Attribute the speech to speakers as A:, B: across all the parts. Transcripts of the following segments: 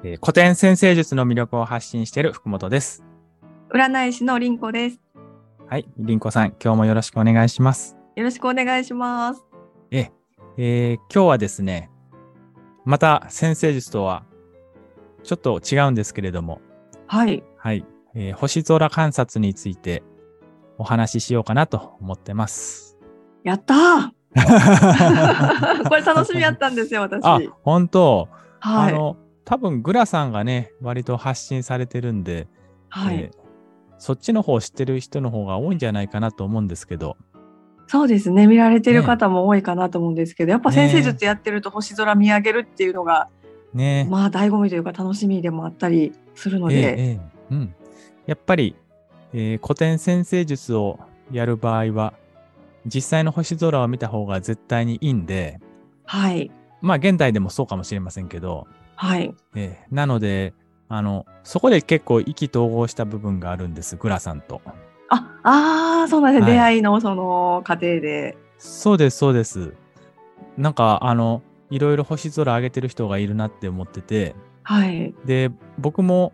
A: 古典先生術の魅力を発信している福本です。
B: 占い師のりんこです。
A: はい、りんこさん、今日もよろしくお願いします。
B: よろしくお願いします。
A: えー今日はですね、また先生術とはちょっと違うんですけれども、
B: はい。
A: はい、えー星空観察についてお話ししようかなと思って ます。
B: やったー これ楽しみやったんですよ、私。
A: あ、本当、
B: は
A: あ
B: い。
A: の、多分グラさんがね、割と発信されてるんで、
B: はい、
A: えーそっちの方を知ってる人の方が多いんじゃないかなと思うんですけど、
B: そうですね。見られてる方も多いかなと思うんですけど、やっぱ先生術やってると星空見上げるっていうのが、
A: ね。
B: まあ、醍醐味というか楽しみでもあったりするの
A: ええ
B: で、
A: ええうん、やっぱり、えー古典先生術をやる場合は実際の星空を見た方が絶対にいいんで
B: はい。
A: まあ現代でもそうかもしれませんけど、
B: はい。
A: ええなのであのそこで結構意気投合した部分があるんですグラさんと。
B: あ、あーそうなんですね。
A: はい
B: 出会いのその過程で。
A: そうですそうです。なんかあのいろいろ星空上げてる人がいるなって思ってて
B: はい。
A: で僕も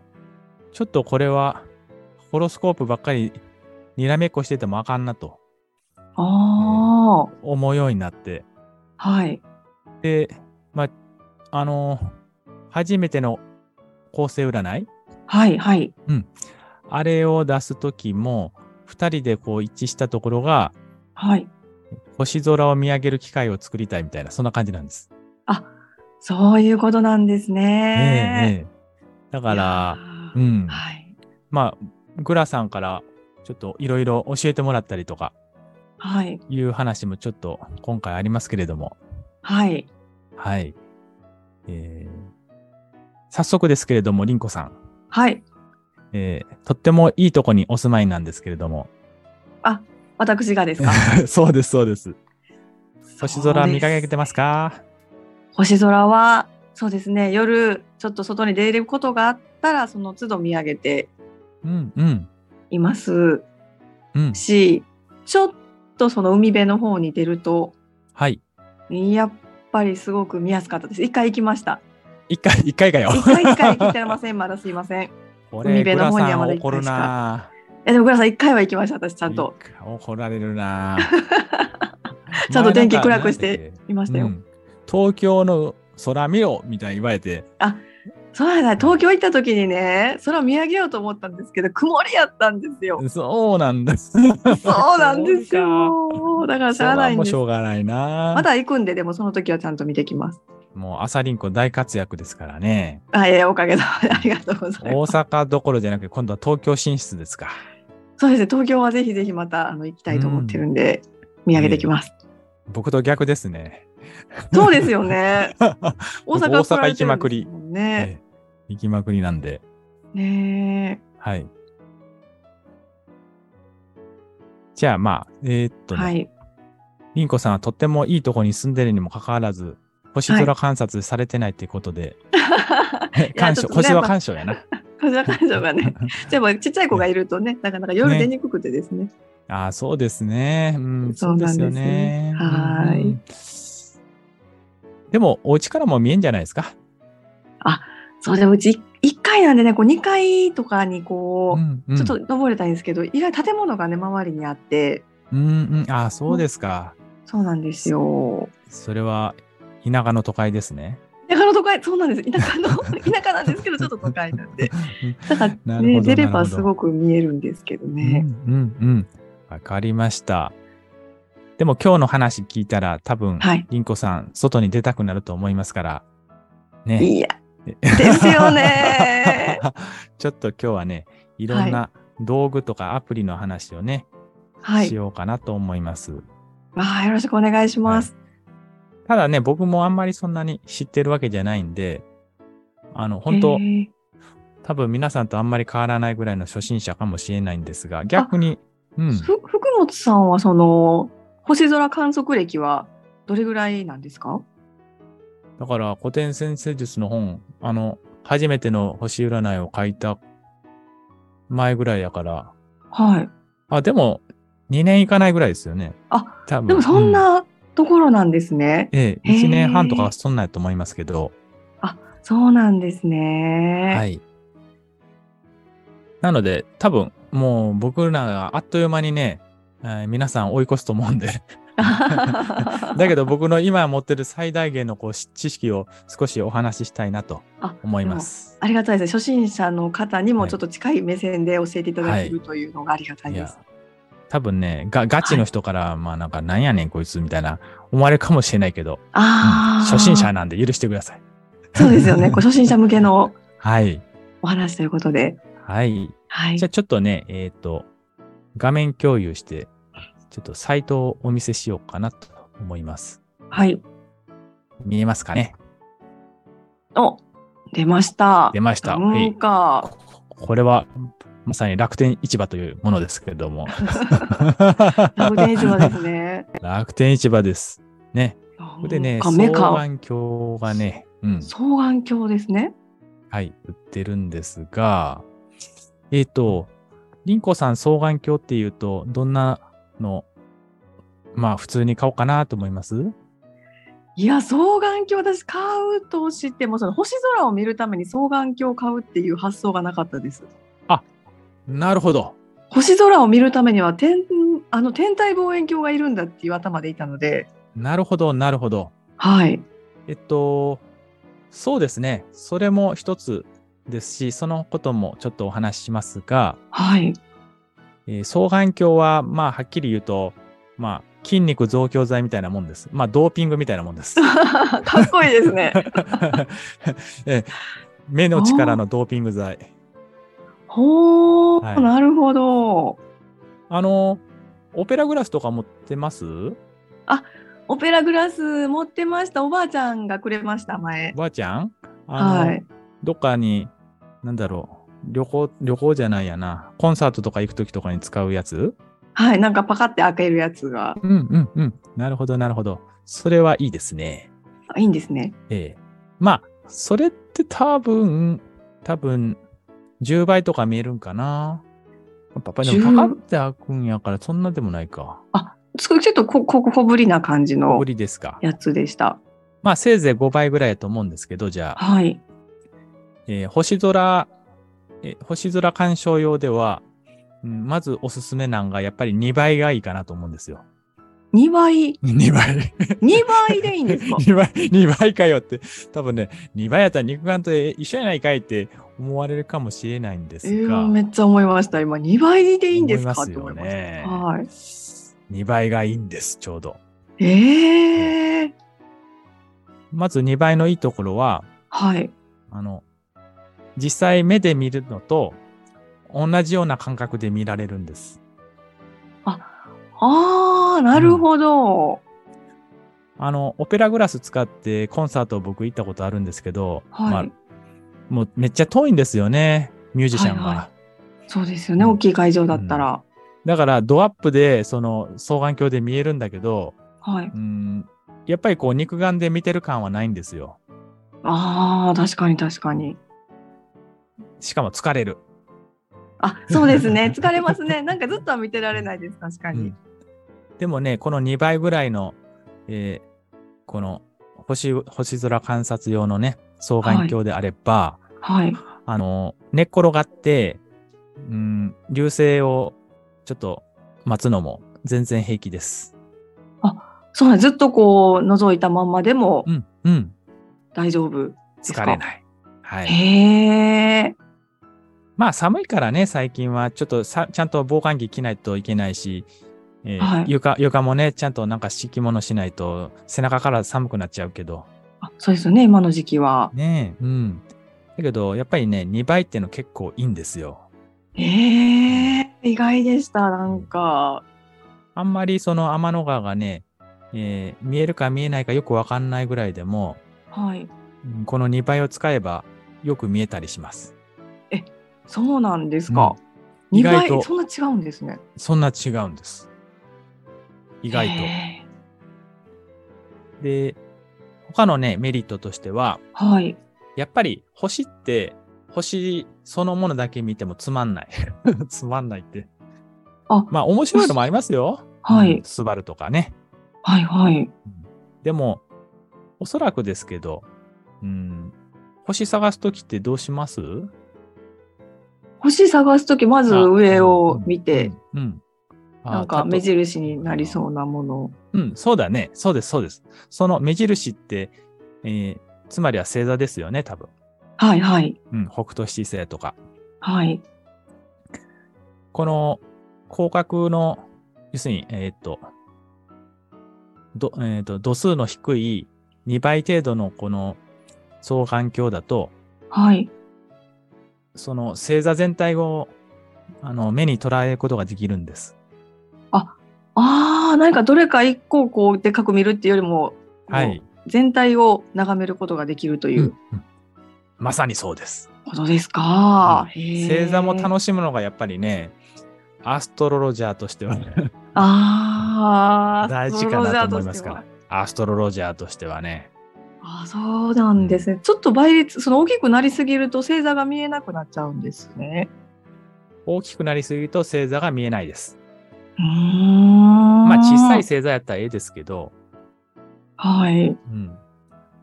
A: ちょっとこれはホロスコープばっかりにらめっこしててもあかんなと。
B: あー
A: 思うようになって、
B: はい。
A: で、まあ、あの、初めての構成占い、
B: はい。はい。
A: あれを出す時も、2人でこう一致したところが、
B: はい。
A: 星空を見上げる機会を作りたいみたいな、そんな感じなんです。
B: そういうことなんです
A: ええ
B: ね。
A: ええだか
B: いや
A: ら、
B: ー
A: うん、
B: はい。
A: まあ、グラさんからちょっといろいろ教えてもらったりとか
B: はい。
A: いう話もちょっと今回ありますけれども、
B: はい。
A: はい。えー早速ですけれども、りんこさん。
B: はい。
A: えーとってもいいとこにお住まいなんですけれども。
B: 私がですか
A: そうです、そうです。 星空見かけてます
B: か
A: か
B: 星空は、そうですね、夜、ちょっと外に出れることがあったら、その都度見上げて
A: うん、うん、
B: います
A: うん。
B: し、ちょっとその海辺の方に出ると、
A: はい。
B: やっぱりすごく見やすかったです。一回行きました。
A: 一回、一回か よ。
B: 一回一回行きてません、まだすいません。い
A: これ、
B: 海
A: グ
B: 辺の
A: ラ
B: 方に
A: さ
B: はま
A: ん
B: だ一回しか
A: 怒るな
B: やでも、グラさん、一回は行きました、私、ち
A: ち
B: ゃんと。。
A: 怒られるな
B: ちゃんと電気
A: 前なんか
B: 暗くしていましたよ。
A: うん東京の空見ろみたいに言われて、
B: そうやな東京行った時にね、空を見上げようと思ったんですけど、曇りやったんですよ。
A: そうなんだ。そ
B: そうなんですよ。だからしゃあないん
A: もう
B: で
A: し
B: す。
A: ょうがないな
B: まだ行くんで、でもその時はちゃんと見てきます。
A: もう朝りんこ大活躍ですからね。
B: あ、ええおかげさまでありがとうござい
A: 大
B: ます。
A: 阪どころじゃなくて、今度は東京進出ですか。
B: そうですね、東京はぜひぜひまたあの行きたいと思ってるんで、見上げてきます。
A: 僕と逆ですね。
B: そうですよ ね。大
A: 僕
B: 阪
A: 大阪行きまくり
B: 来られてるんですもんね。
A: ええ行きまくりなんで、
B: ね
A: はい。じゃあまあ、えーっ
B: え
A: とね、
B: はい。
A: りんこさんはとってもいいとこに住んでるにもかかわらず、星
B: は
A: 空観察されてないということで、 感
B: ち
A: 傷、
B: ょっとね
A: 星は感傷やな。
B: こちら感情が ね、でもちっちゃい子がいるとね、なかなか夜出にくくてですね。
A: ああ、そうですね。うん、
B: そうなんですね
A: そうですよね。
B: はーい
A: うんでも、お家からも見えんじゃないですか。
B: そうでもうち1階なんでね、こう2階とかにこう、
A: んうん
B: ちょっと登れたいんですけど、意外と建物がね、周りにあって、
A: うんうん、ああ、そうですか。
B: そうなんですよ。
A: それは、田舎の都会ですね。
B: 田舎の都会、そうなんです。田舎の、 田舎なんですけど、ちょっと都 会なんで。だか
A: な
B: ら
A: るほ
B: ね、
A: ど
B: 出れ
A: なる
B: ば
A: ほど
B: すごく見えるんですけど
A: う
B: ね。
A: んうんうん。わかりました。でも今日の話聞いたら多分、
B: はい。
A: りんこさん、外に出たくなると思いますから。ね。
B: いや、ですよね
A: ちょっと今日はね、いろんな道具とかアプリの話をね、
B: は
A: し
B: い。
A: ようかなと思います。
B: まあ、よろしくお願いします。
A: ただね、僕もあんまりそんなに知ってるわけじゃないんで、あの、本当、
B: えー
A: 多分皆さんとあんまり変わらないぐらいの初心者かもしれないんですが、逆に、うん。
B: ふ福本さんは、その、星空観測歴は、どれぐらいなんですか
A: だから古典先生術の本、あの、初めての星占いを書いた前ぐらいやから、
B: はい。
A: あ、でも2年いかないぐらいですよね。
B: あ、
A: 多分
B: でも、そん
A: う
B: なところなんですね。
A: ええ、
B: へー
A: 1年半とかはそんなんやと思いますけど、
B: そうなんですね。。
A: はいい。なので、多分、もう僕らがあっという間にね、えー皆さん追い越すと思うん で、 だけど僕の今持ってる最大限のこうし知識を少しお話ししたいなと
B: あ
A: 思います。
B: ありがたいですね。初心者の方に
A: は
B: も
A: い
B: ちょっと近い目線で教えていただけ
A: はい
B: るというのがありがたい
A: い
B: で
A: や
B: す。、
A: 多分ね、がガチの人から、まあなんか、なんやねんこいつみたいな思われるかもしれないけど、うん
B: ああ、
A: 初心者なんで許してください。
B: そうです よね。こう初心者向けの
A: はい。
B: お話ということで。
A: はい。
B: はい
A: じゃあ。ちょっとね、えっ、と、画面共有して、ちょっとサイトをお見せしようかなと思います。
B: はい。
A: 見えますかね
B: お、出ました。
A: 出ました。
B: な
A: えい
B: んか、
A: これは、まさに楽天市場というものですけれども。
B: 楽天市場ですね。
A: 楽天市場です。ね。ここでね、
B: なんか目
A: 双
B: か。
A: 眼鏡がね、うん、
B: 双眼鏡ですね。
A: はい、売ってるんですが、えっ、と、リンコさん双眼鏡っていうと、どんなの、まあ普通に買おうかなと思います
B: いや、双眼鏡私買うとしても、その星空を見るために双眼鏡を買うっていう発想がなかったです。
A: なるほど。
B: 星空を見るためには天あの天体望遠鏡がいるんだっていう頭でいたので、
A: なるほど、なるほど。
B: はい、
A: えっと、そうですね。それも一つですし、そのこともちょっとお話ししますが、
B: はい、
A: えー双眼鏡は、まあ、はっきり言うと、まあ、筋肉増強剤みたいなもんです。まあ、ドーピングみたいなもん です。
B: かっこいいですね。
A: えー目の力のドーピング 剤。
B: ほー、
A: はい
B: なるほど。
A: あの、オペラグラスとか持ってます
B: オペラグラス持ってました。おばあちゃんがくれました前
A: お。ばあちゃんあの、
B: はい、
A: どっかに、なんだろう。旅行、旅行じゃないやな。コンサートとか行くときとかに使うやつ
B: はい、なんかパカって開けるやつが
A: うんうんうん。なるほど、なるほど。それはいいですね。
B: あいいんですね。
A: ええまあ、それって多分、多分、10倍とか見えるんかな。パパでも
B: 10
A: パカって開くんやから、そんなでもないか。
B: ちょっとここ小ぶりな感じの
A: 無理ですか。
B: やつでした。
A: まあ、せいぜい5倍ぐらいやと思うんですけど、じゃあ、
B: はい。
A: えー星空、えー星空鑑賞用では、うんまずおすすめなんが、やっぱり2倍がいいかなと思うんですよ。
B: 2倍、
A: 2倍。
B: 2倍でいいん ですか
A: 2倍、2倍かよって、多分ね、2倍やったら肉眼と一緒やないかいって思われるかもしれないんで
B: え
A: すが、
B: ー、めっちゃ思いました。今、2倍でいいんですか
A: 思います
B: って思
A: よ
B: いました。
A: ね。
B: はい。
A: 2倍がいいんです、ちょうど。
B: えー、
A: まず2倍のいいところは、
B: はい。
A: あの、実際目で見るのと同じような感覚で見られるんです。
B: あー、なるほど。
A: あの、オペラグラス使ってコンサート僕行ったことあるんですけど、
B: はい
A: まあ、もうめっちゃ遠いんですよね、ミュージシャンが。
B: はいはそうですよね。
A: うん
B: 大きい会場だったら。
A: だからドアップでその双眼鏡で見えるんだけど、
B: はい。
A: うん、やっぱりこう肉眼で見てる感はないんですよ。
B: あー、確かに確かに。
A: しかも疲れる。
B: あ、そうで すね。疲れますね。なんかずっとは見てられないです。確か
A: う
B: に
A: ん。でもね、この2倍ぐらいの、えーこの星星空観察用のね、双眼鏡であれば、
B: はい。
A: あの、寝っ転がって、うん、流星をちょっと待つのも全然平気です。
B: そうなんですずっとこう、覗いたまんまでも
A: うん、うん、
B: 大丈夫ですか。
A: 疲れない。はい。
B: へー。
A: まあ寒いからね、最近はちょっとさちゃんと防寒着着ないといけないし、えー
B: はい
A: 床床もね、ちゃんとなんか敷物しないと背中から寒くなっちゃうけど、
B: あそうですよね。今の時期は。
A: ねえ、うん。だけど、やっぱりね、2倍っての結構いいんですよ。
B: えー、意外でした。なんか。
A: あんまりその天の川がね、えー見えるか見えないかよくわかんないぐらいでも、
B: はい。
A: うんこの2倍を使えばよく見えたりします。
B: そうなんですか。
A: うん
B: 二
A: 意外と
B: 倍そんな違うんですね。
A: そんな違うんです。意外と。
B: へ
A: で、他のね、メリットとしては、
B: ーはい。
A: やっぱり星って、星そのものだけ見てもつまんない。 つまんないって。
B: あ
A: まあ、面白いのもありますよ。
B: は
A: うん
B: い。
A: スバルとかね。
B: はいはい。
A: でも、おそらくですけど、うん、星探すときってどうします
B: 星探すとき、まず上を見て、
A: うん。うんあ
B: なんか
A: たと
B: 目印になりそうなものを。
A: うん、そうだね。そうです、そうです。その目印って、えーつまりは星座ですよね、多分。
B: はいはい。
A: うん、北斗七星とか。
B: はい。
A: この広角の、要するに、えーっと、ど、えーっと、度数の低い2倍程度のこの双眼鏡だと、
B: はい。
A: その星座全体をあの目に捉えることができるんです。
B: ああ、何かどれか一個をこうでかく見るっていうよりも、
A: は
B: も
A: い。
B: う全体を眺めることができるという
A: うんまさにそうです。
B: ことですか。
A: 星座も
B: し
A: 楽しむのがやっぱりね、アストロロジャーとしては、
B: ああ、
A: 大事かなと思いますから。アストロロジャーとしてはね。
B: ああそうなんですね。ちょっと倍率、その大きくなりすぎると星座が見えなくなっちゃうんですね。
A: 大きくなりすぎると星座が見えないです。
B: うーん
A: まあ小さい。星座やったらええですけど、
B: はい。
A: うん。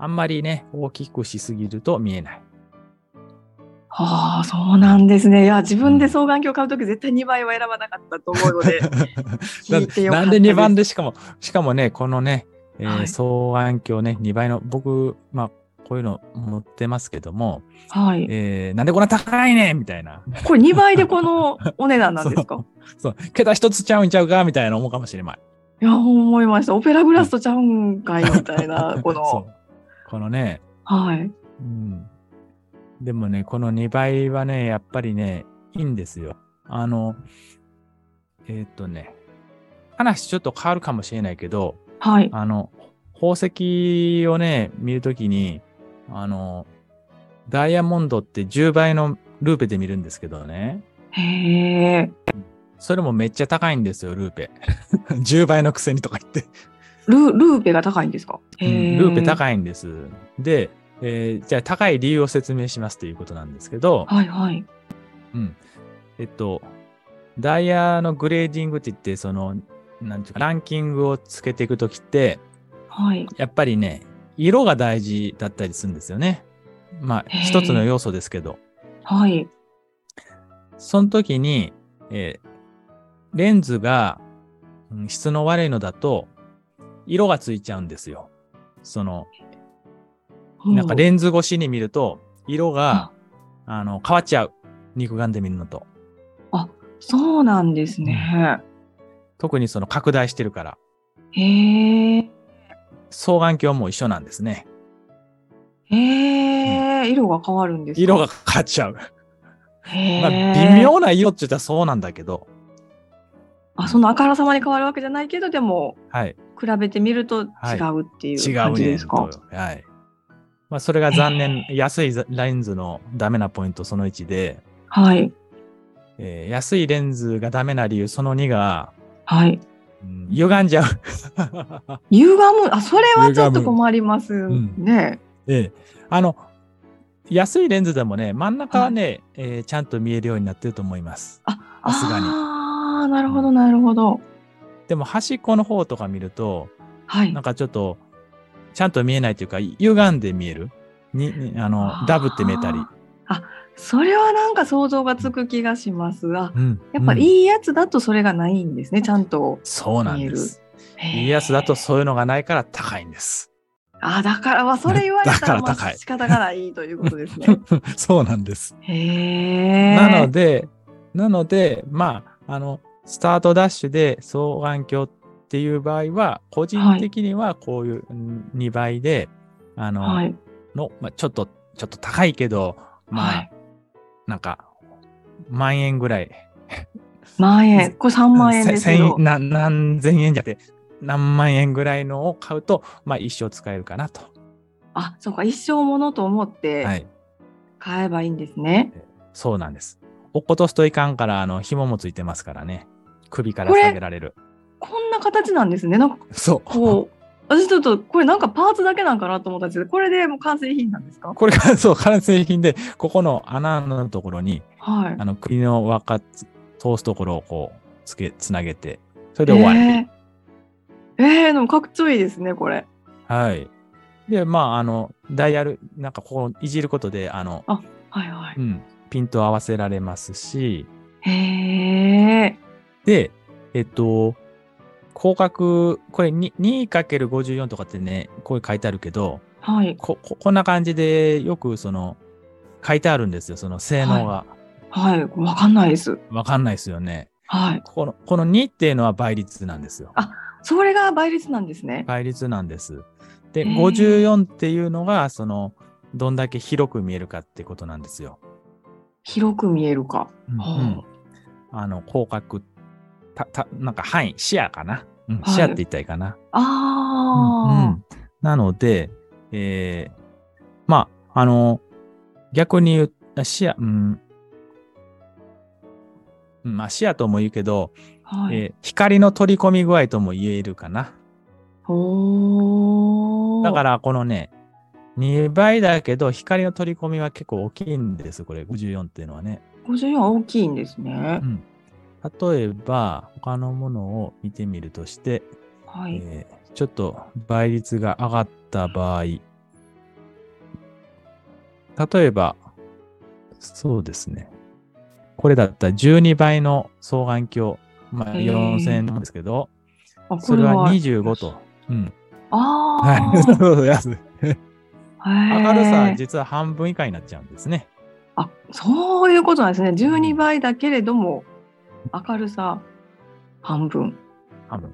A: あんまりね、大きくしすぎると見えない。
B: ああ、そうなんですね。いや、自分で双眼鏡買うとき絶対2倍は選ばなかったと思う ので、聞いてよか
A: な
B: っ
A: ん
B: た
A: で
B: です。
A: 2番でしかも、しかもね、このね、えー
B: はい
A: 双眼鏡ね、2倍の、僕、まあ、こういうの持ってますけども、
B: はい。
A: えーなんでこんな高いねんみたいな。
B: これ2倍でこのお値段なんですか
A: そう、桁一つちゃうんちゃうかみたいな思うかもしれない。
B: いや、思いました。オペラグラスとちゃうんかいみたいな、こ
A: そ
B: の。
A: う。このね、
B: はい。
A: うん。でもね、この2倍はね、やっぱりね、いいんですよ。あの、えーっとね、話ちょっと変わるかもしれないけど、
B: はい。
A: あの、宝石をね、見るときに、あの、ダイヤモンドって10倍のルーペで見るんですけどね。
B: へえ。
A: それもめっちゃ高いんですよ、ルーペ。10倍のくせにとか言って。
B: ルルーペが高いんですか
A: う
B: へ
A: ん
B: え。
A: ルーペ高いんです。で、えーじゃあ高い理由を説明しますということなんですけど、
B: はいはい。
A: えっと、ダイヤのグレーディングって言って、その、なんていうか、ランキングをつけていくときって、
B: はい。
A: やっぱりね、色が大事だったりするんですよね。まあ、
B: へー
A: 一つの要素ですけど、
B: はい。
A: その時に、えーレンズがうん質の悪いのだと、色がついちゃうんですよ。その、なんか
B: ン
A: レンズ越しに見ると、色が、あの、変わっちゃう。肉眼で見るのと。
B: そうなんですね。
A: 特にその拡大してるから。
B: へえ。
A: 双眼鏡も一緒なんですね。
B: へえ。色が変わるんですか
A: 色が。変わっちゃう。
B: へ
A: まあ
B: え。
A: 微妙な色って言ったらそうなんだけど、
B: あ、そのあからさまに変わるわけじゃないけど、でも、
A: はい。
B: 比べてみると違
A: はいう
B: ってい
A: 違
B: う
A: う
B: 感じ
A: ね
B: で
A: ん
B: す
A: と。
B: か。
A: はい。まあ、それが残念、
B: へ
A: 安いレンズのダメなポイントその1で、
B: はい。
A: えー安いレンズがダメな理由その2が、
B: はい。
A: うん歪んじゃう。
B: 歪む、あ、それはちょっと困ります
A: ん
B: ね。
A: ええ、あの、安いレンズでもね、真ん中はね、えーちゃんと見えるようになってると思います。さすがに
B: ああ、なるほど、なるほど。
A: でも端っこの方とか見ると、
B: はい
A: なん。かちょっと、ちゃんと見えないというか、歪んで見える。に、にあの、ダブって見えたり。
B: あー。あ、それはなんか想像がつく気がします。あ、
A: うん。
B: やっぱ
A: うん
B: いいやつだとそれがないんですね、ちゃんと。
A: そうなんです。いいやつだと
B: う。
A: そういうのがないから高いんです。
B: あ、だからはそれ言われ
A: だ
B: た
A: から
B: らまあ
A: 高い
B: 仕方がないということです ね。
A: そうなんです。
B: へえ。
A: なので、なので、まあ、あの、スタートダッシュで双眼鏡っていう場合は、個人的にはこういううん2倍で、あの、
B: はい。
A: の、まあ、ちょっと、ちょっと高いけど、まあ、
B: はい
A: なんか、万円ぐらい。
B: 万円。これ3万円
A: せ
B: です
A: 千
B: よ。
A: な何千円じゃなくて、何万円ぐらいのを買うと、まあ、一生使えるかなと。
B: あ、そうか、一生ものと思って
A: はい。
B: 買えばいいんですね。
A: そうなんです。落っことすといかんから、あの、紐もついてますからね。首から
B: これ
A: 下げられる。
B: こんな形なんですね。なんか
A: そう。
B: こ う。私ちょっとこれなんかパーツだけなんかなと思ったんですけど、これでもう完成品なんですか
A: これがそう完成品で、ここの穴のところに、
B: はい。
A: あの、栗の輪っかつ通すところをこう、つけ、つなげて、それで終わり。
B: えーえーでもかっちょいいですね、これ。
A: はい。で、まあ、あの、ダイヤル、なんかここをいじることで、あの、。
B: はいはいう
A: ん、ピントを合わせられますし、
B: へえ。
A: で、えっと、広角、これに 2×54 とかってね、これ書いてあるけど、
B: はい
A: こ、ここんな感じでよくその、書いてあるんですよ、その性能が。
B: はい。わかんないです。
A: わかんないですよね。
B: はい。
A: この、この2っていうのは倍率なんですよ。
B: あそれが倍率なんですね。
A: 倍率なんです。で、
B: へー
A: 54っていうのが、その、どんだけ広く見えるかってことなんですよ。
B: 広く見えるか。
A: うんうん
B: は
A: あの、広角、た、た、なんか範囲、視野かな。うん、
B: はい
A: 視野って言ったらいいかな。
B: あ。
A: うんう
B: あ
A: んなので、えーまあ、あの、逆に言う、あ視野、うん、うんまあ、視野とも言うけど、
B: あ。はい。
A: えー光の取り込み具合とも言えるかな。
B: おお。。
A: だからら、このね、2倍だけど、光の取り込みは結構大きいんです、これ、54っていうのはね。
B: 54は大きいんですね
A: う。ん、例えば、他のものを見てみるとして、
B: はい。
A: えーちょっと倍率が上がった場合、例えば、そうですね。これだったら12倍の双眼鏡、まあ、
B: へー
A: 4000円なんですけど、
B: あ
A: それは25と。。うん。
B: ああ。
A: はい。 そうそう安い。
B: 上
A: 上がるさは実は半分以下になっちゃうんですね。
B: あそういうことなんですね。
A: う
B: 12
A: ん
B: 倍だけれども、明るさ半分。
A: 半分。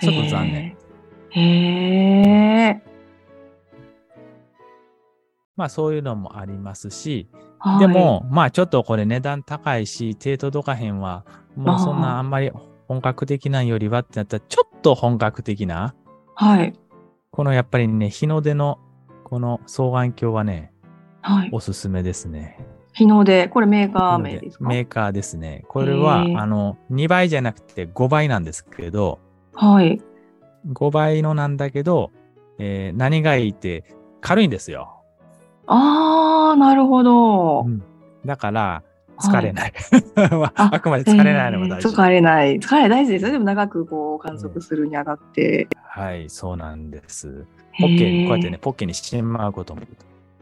A: ちょっと残念。
B: へえ。へえ。
A: まあそういうのもありますし、
B: はい
A: で、も、まあちょっとこれ値段高いし、手届かへんは、もうそん
B: あー
A: なあんまり本格的なんよりはってなったら、ちょっと本格的な、
B: はい。
A: このやっぱりね、日の出のこの双眼鏡はね、
B: はい。
A: おすすめですね。
B: 日の出、これメーカー
A: 日
B: 名
A: の出
B: ですか
A: メーカーですね。これは
B: へ、ー
A: あの、2倍じゃなくて5倍なんですけど、
B: はい。
A: 5倍のなんだけど、えー何がいいって軽いんですよ。
B: ああ、なるほど。
A: だから、疲れ
B: い。
A: ない。
B: あ
A: あくまで疲れないのも大
B: えー
A: 事。
B: 疲れない。疲れ大事ですよ。でも長くこう観測するにあたって。
A: はい、そうなんです。ポッケ
B: へ
A: に、
B: ー
A: こうやってね、ポッケにしまうことも。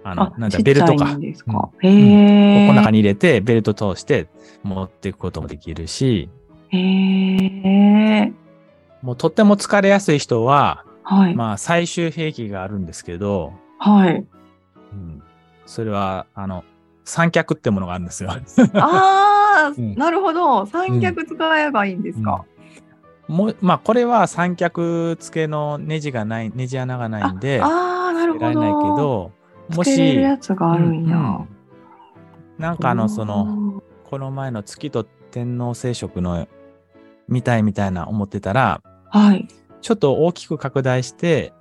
A: あの
B: あ、、
A: なんだ、
B: ちっ
A: ベ
B: ち
A: ル
B: ゃ
A: ト
B: い
A: か。
B: ん
A: こ
B: ですか。
A: こ
B: へえ。
A: の中に入れて、ベルト通して持っていくこともできるし、
B: へえ。
A: もうとっても疲れやすい人は、
B: はい。
A: まあ、最終兵器があるんですけど、
B: はい。
A: うん、それは、あの、三脚ってものがあるんですよ。
B: ああ、
A: うん
B: なるほど。三脚使えばいいんですか。
A: もうまあ、これは三脚付けのネジがない、ネジ穴がないんで、
B: ああ、なる
A: つけ
B: ほ
A: ら
B: ど。
A: れないけど、も
B: つけれる
A: し、
B: やつがあるんや。
A: うんうんなんかあの、その、
B: の。
A: この前の月と天皇聖職の見たいみたいな思ってたら、
B: はい。
A: ちょっと大きく拡大して、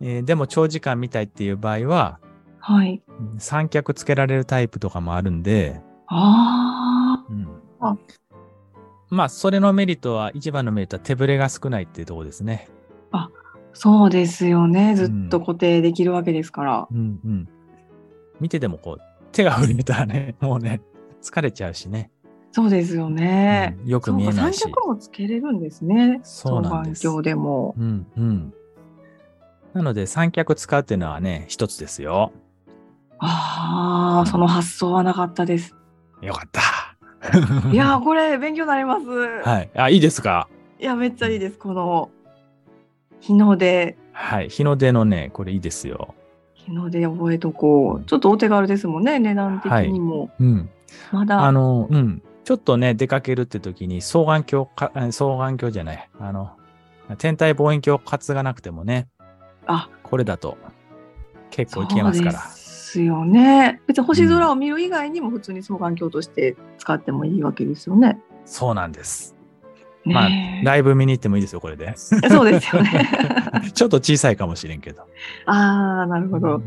A: えーでも長時間見たいっていう場合は、
B: はい。
A: うん三脚つけられるタイプとかもあるんで、
B: あ
A: うん
B: あ
A: まあ、それのメリットは、一番のメリットは手ぶれが少ないっていうところですね。
B: あ、そうですよね。ずっと固定できるわけですから。
A: うんうん。見ててもこう、手が震えたらね、もうね、疲れちゃうしね。
B: そうですよね。
A: うんよく見えないし
B: そうか三脚もつけれるんですね。
A: そうなんです
B: 双眼鏡でも。
A: うんうん。なので、三脚使うっていうのはね、一つですよ。
B: ああ、その発想はなかったです。
A: よかった。
B: いやー、これ勉強になります。
A: はい。あ、いいですか
B: いや、めっちゃいいです。この日の出。
A: はい。日の出のね、これいいですよ。
B: 日の出覚えとこう。ちょっとお手軽ですもんね、値段的にも。
A: うん。
B: まだ。
A: あの、うん。ちょっとね、出かけるって時に、双眼鏡か、あ双眼鏡じゃない。あの、天体望遠鏡担がなくてもね、
B: あ
A: これだと結
B: そ
A: 構
B: う
A: いけますか
B: で
A: ら。
B: すよね。別に星空を見る以外にも普通に双眼鏡として使ってもいいわけですよね。
A: そうなんです。まあ
B: ね
A: ライブ見に行ってもいいですよ、これで。
B: えそうですよね。
A: ちょっと小さいかもしれんけど。
B: ああ、なるほ
A: う
B: ど。
A: ん